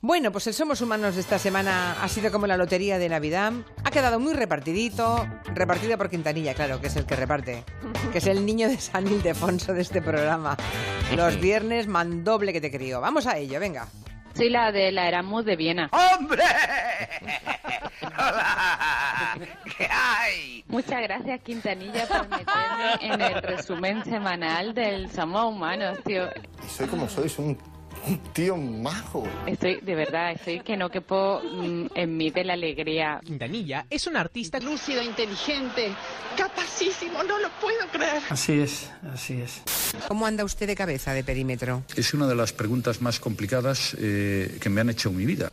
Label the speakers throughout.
Speaker 1: Bueno, pues el Somos Humanos de esta semana ha sido como la lotería de Navidad. Ha quedado muy repartidito, repartido por Quintanilla, claro, que es el que reparte, que es el niño de San Ildefonso de este programa. Los viernes mandoble que te crío. Vamos a ello, venga.
Speaker 2: Soy la de la Erasmus de Viena.
Speaker 3: ¡Hombre! ¡Hola! ¿Qué hay?
Speaker 2: Muchas gracias, Quintanilla, por meterme en el resumen semanal del Somos Humanos, tío.
Speaker 4: Soy como sois, un, un tío majo.
Speaker 2: Estoy, de verdad, estoy que no quepo mm, en mí de la alegría.
Speaker 5: Quintanilla es un artista
Speaker 6: lúcido, inteligente, capacísimo, no lo puedo creer.
Speaker 7: Así es, así es.
Speaker 1: ¿Cómo anda usted de cabeza de perímetro?
Speaker 8: Es una de las preguntas más complicadas eh, que me han hecho en mi vida.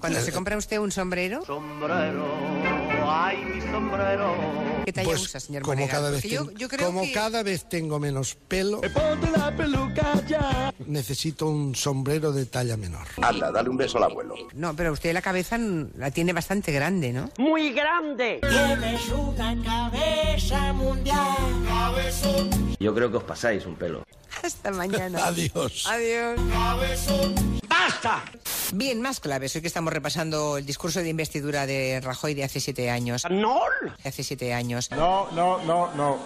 Speaker 1: Cuando se compra usted un sombrero,
Speaker 3: Sombrero, ay, mi sombrero.
Speaker 1: ¿qué talla
Speaker 9: Pues,
Speaker 1: usa, señor
Speaker 9: como
Speaker 1: Monegal?
Speaker 9: cada vez
Speaker 1: Porque yo,
Speaker 9: ten-
Speaker 1: yo creo
Speaker 9: como
Speaker 1: que
Speaker 9: cada vez tengo menos pelo, necesito un sombrero de talla menor.
Speaker 4: Anda, dale un beso al abuelo.
Speaker 1: No, pero usted la cabeza mm, la tiene bastante grande, ¿no?
Speaker 6: Muy grande.
Speaker 10: Yo creo que os pasáis un pelo.
Speaker 1: Hasta mañana.
Speaker 9: Adiós.
Speaker 1: Adiós. ¡Basta! Bien, más claves. Hoy que estamos repasando el discurso de investidura de Rajoy de hace siete años.
Speaker 6: No.
Speaker 1: De hace siete años.
Speaker 7: No, no, no, no.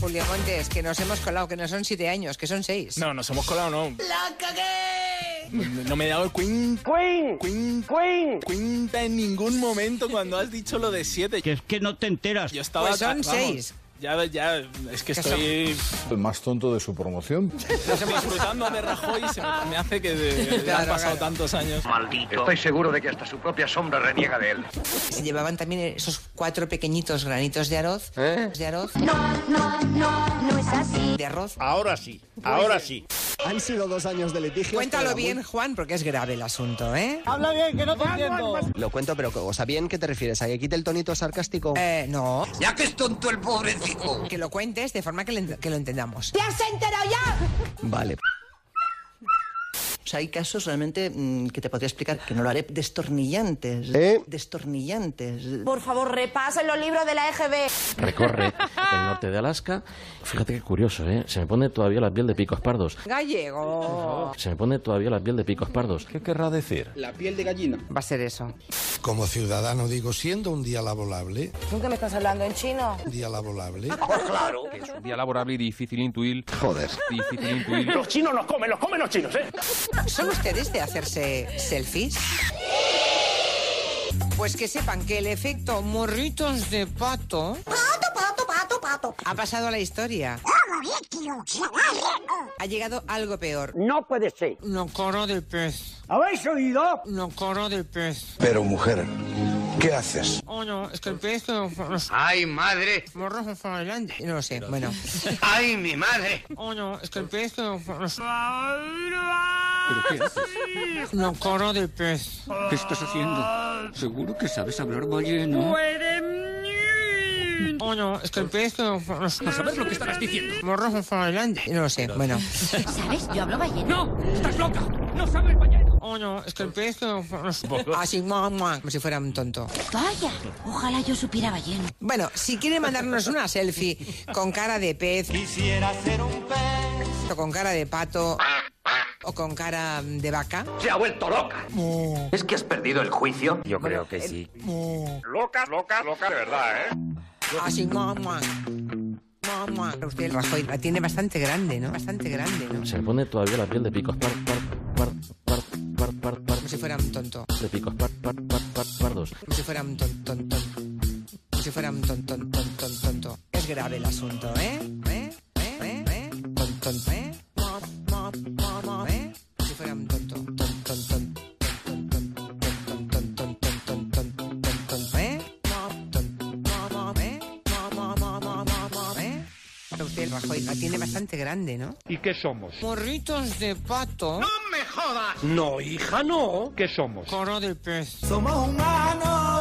Speaker 1: Julio Montes, que nos hemos colado, que no son siete años, que son seis.
Speaker 5: No, nos hemos colado, no. ¡La cagué! No me he dado el queen,
Speaker 6: Queen.
Speaker 5: queen,
Speaker 6: Queen.
Speaker 5: cuenta en ningún momento cuando has dicho lo de siete.
Speaker 7: Que es que no te enteras.
Speaker 5: Yo estaba...
Speaker 1: Pues son
Speaker 5: vamos,
Speaker 1: seis.
Speaker 5: Ya, ya, es que
Speaker 1: ¿Qué
Speaker 5: estoy
Speaker 8: El más tonto de su promoción.
Speaker 5: disfrutando de Rajoy y se me, me hace que de- de-
Speaker 1: Claro,
Speaker 5: han pasado
Speaker 1: claro.
Speaker 5: tantos años.
Speaker 3: Maldito.
Speaker 4: Estoy seguro de que hasta su propia sombra reniega de él.
Speaker 1: Se llevaban también esos cuatro pequeñitos granitos de arroz.
Speaker 5: ¿Eh?
Speaker 1: De arroz. No, no, no, no es así. De arroz.
Speaker 5: Ah,
Speaker 7: Ahora sí, ahora sí.
Speaker 9: Han sido dos años de
Speaker 5: pues
Speaker 9: litigio.
Speaker 1: Cuéntalo bien, Juan, porque es grave el asunto, ¿eh?
Speaker 7: Lo cuento, pero o sea, bien, ¿qué te refieres? ¿A que quite el tonito sarcástico?
Speaker 1: Eh, no.
Speaker 4: Ya que es tonto el pobrecito.
Speaker 1: Que lo cuentes de forma que, lo ent- que lo entendamos.
Speaker 7: Vale.
Speaker 6: O sea, hay casos realmente mm, que te podría explicar, que no lo haré, destornillantes.
Speaker 7: ¿Eh?
Speaker 6: Destornillantes.
Speaker 11: Por favor, repasen los libros de la E EGB.
Speaker 10: Recorre el norte de Alaska. Fíjate qué curioso, ¿eh? Se me pone todavía la piel de picos pardos.
Speaker 1: Gallego.
Speaker 10: Se me pone todavía la piel de picos pardos.
Speaker 8: ¿Qué querrá decir?
Speaker 1: Va a ser eso.
Speaker 9: Como ciudadano digo, siendo un día laborable,
Speaker 11: ¿Tú qué me estás hablando en chino? Ah,
Speaker 9: un día laborable,
Speaker 8: Un día laborable y difícil intuir. Joder. Difícil intuir.
Speaker 3: Los chinos los comen, los comen los chinos, ¿eh?
Speaker 1: ¿Son ustedes de hacerse selfies? Pues que sepan que el efecto morritos de pato
Speaker 11: Pato, pato, pato, pato.
Speaker 1: ha pasado a la historia. Ha llegado algo peor.
Speaker 6: No puede ser.
Speaker 1: No coro del pez.
Speaker 6: ¿Habéis oído?
Speaker 1: No coro del pez.
Speaker 4: Pero mujer, ¿qué haces?
Speaker 1: Oh, no, es que el pez que los
Speaker 4: ¡Ay, madre!
Speaker 1: morros son para adelante. No lo sé, bueno.
Speaker 4: ¡Ay, mi madre!
Speaker 1: Oh, no, es que el pez que los... No coro del pez.
Speaker 7: ¿Qué estás haciendo? Seguro que sabes hablar balleno.
Speaker 1: Oh, no, es que el pez que los...
Speaker 7: No sabes lo que estarás diciendo.
Speaker 1: Morros son para adelante. No lo sé, bueno.
Speaker 11: ¿Sabes? Yo hablo balleno.
Speaker 7: ¡No! ¡Estás loca! ¡No sabes balleno!
Speaker 1: Oh, no, es que el pez que los... Así, mua, mua, como si fuera un tonto.
Speaker 11: Vaya, ojalá yo supiera balleno.
Speaker 1: Bueno, si quiere mandarnos una selfie con cara de pez. Quisiera ser un pez. O con cara de pato. O con cara de vaca.
Speaker 4: ¡Se ha vuelto loca! ¿Es que has perdido el juicio?
Speaker 10: Yo creo que sí.
Speaker 4: Loca, loca, loca de verdad, ¿eh?
Speaker 1: Así, mua, mua. Mua, mua. Pero Usted, Rajoy, la tiene bastante grande, ¿no? Bastante grande, ¿no?
Speaker 10: Se me pone todavía la piel de picos par, par, par, par, par, par, par,
Speaker 1: Como si fuera un tonto.
Speaker 10: de picos par, par, par, par, pardos.
Speaker 1: Como si fuera un tonto, tonto. Como si fuera un tonto, tonto, tonto, tonto. Es grave el asunto, ¿eh? ¿Eh? ¿Eh? ¿Eh? ¿Eh? Ton, ton, ¿eh? Mua, mua, mua, mua, ¿eh? Como si fuera un tonto, ton, ton, ton. Ton, ton, ton, ton, ton, ton, ton, ton, ton, ton, ton, ton, ¿eh? Mua, ton, mua, mua, ¿eh? Mua, mua, mua, mua, mua, mua, ¿eh? Pero usted, Rajoy, la tiene bastante grande, ¿no?
Speaker 7: ¿Y qué somos?
Speaker 1: Morritos de pato.
Speaker 3: No, hija, no.
Speaker 7: ¿Qué somos?
Speaker 1: Coro del pez.
Speaker 9: Somos humanos.